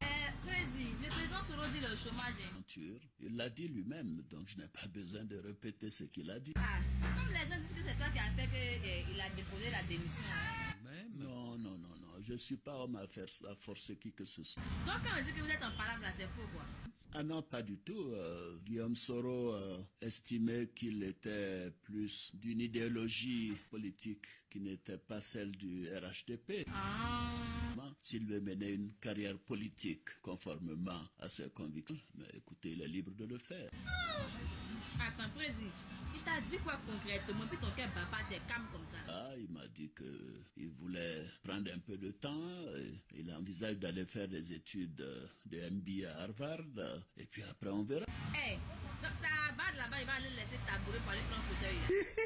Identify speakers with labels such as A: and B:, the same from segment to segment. A: Eh, Soro dit le chômage est...
B: Il l'a dit lui-même, donc je n'ai pas besoin de répéter ce qu'il a dit.
A: Ah, comme les gens disent que c'est toi qui as fait qu'il a déposé la démission. hein.
C: Même.
B: Non, non, non, non, je ne suis pas homme à faire ça, forcer qui que ce soit.
A: Donc quand on dit que vous êtes en palabre, là, c'est faux, quoi.
B: Ah non, pas du tout. euh, Guillaume Soro euh, estimait qu'il était plus d'une idéologie politique qui n'était pas celle du RHDP.
A: Ah,
B: Hein, S'il veut mener une carrière politique conformément à ses convictions, mais écoutez, il est libre de le faire.
A: attends, Prési, il t'a dit quoi concrètement Puis ton cœur bat pas, tu es calme comme ça.
B: Ah, il m'a dit que il voulait prendre un peu de temps. euh, Il envisage d'aller faire des études euh, de MBA à Harvard. euh, Et puis après, on verra.
A: Eh, donc ça va de là-bas, il va aller laisser tabouret pour aller prendre fauteuil. là.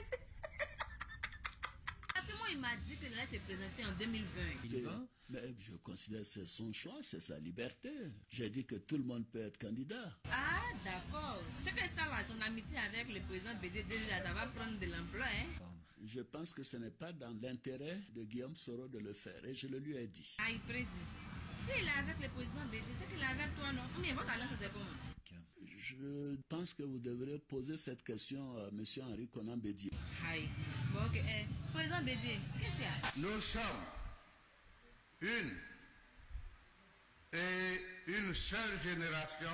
A: Parce que moi, il m'a dit qu'il allait se présenter en 2020.
C: Il va.
B: Mais je considère que c'est son choix, c'est sa liberté. J'ai dit que tout le monde peut être candidat.
A: Ah, d'accord. C'est que ça, là, son amitié avec le président BDD, là, ça va prendre de l'emploi, hein.
B: Je pense que ce n'est pas dans l'intérêt de Guillaume Soro de le faire et je le lui ai dit.
A: Aïe, président. Ah, Si il est avec le président BD, c'est qu'il est avec toi, non Mais votre alliance, c'est comment
B: Je pense que vous devrez poser cette question à M. Henri Conan Bédier.
A: Aïe. Bon, ok. Eh, président BD, qu'est-ce qu'il y a
D: Nous sommes une et une seule génération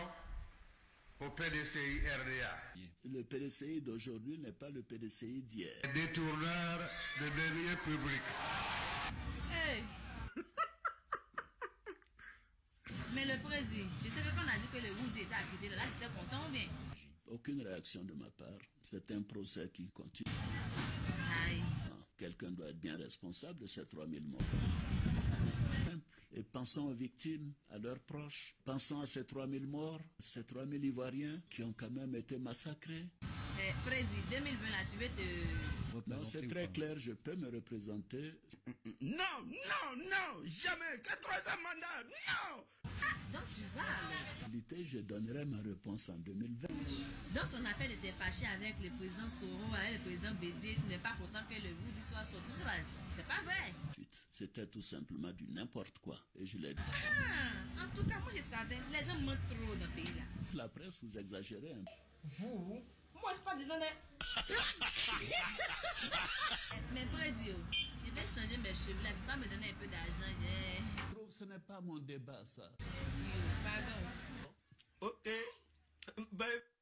D: au PDCI RDA.
B: Le PDCI d'aujourd'hui n'est pas le PDCI d'hier.
D: Détourneur de deniers publics.
A: Eh. Mais le président, je savais qu'on a dit que le Woody était acquitté, là, j'étais content ou bien
B: Aucune réaction de ma part. C'est un procès qui continue.
A: Aïe.
B: Ah, Quelqu'un doit être bien responsable de ces 3000 morts. Simple. Et pensons aux victimes, à leurs proches. Pensons à ces 3000 morts, ces 3000 Ivoiriens qui ont quand même été massacrés.
A: Eh, Prési, 2020, là, tu veux te...
B: Non,
C: Représenté
B: c'est
C: ou
B: très
C: pas.
B: clair, je peux me représenter.
E: Non, non, non, jamais. Que troisième mandat, non.
A: Ah, donc tu vas. alors.
B: L'idée, Je donnerai ma réponse en 2020.
A: Donc ton affaire de t'es fâché avec le président Soro, avec le président Bédier, tu n'es pas content que le Woody soit sorti. Ça, C'est pas vrai.
B: Ensuite, C'était tout simplement du n'importe quoi. Et je l'ai dit.
A: Ah, en tout cas, moi je savais, les gens mentent trop dans le pays là.
B: La presse, vous exagérez un peu.
A: Vous Moi c'est pas du donner. Mais Prési, oh, je vais changer mes cheveux là, tu vas me donner un peu d'argent. j'ai-
B: Ce n'est pas mon débat, ça.
A: Pardon.
E: Ok, bye.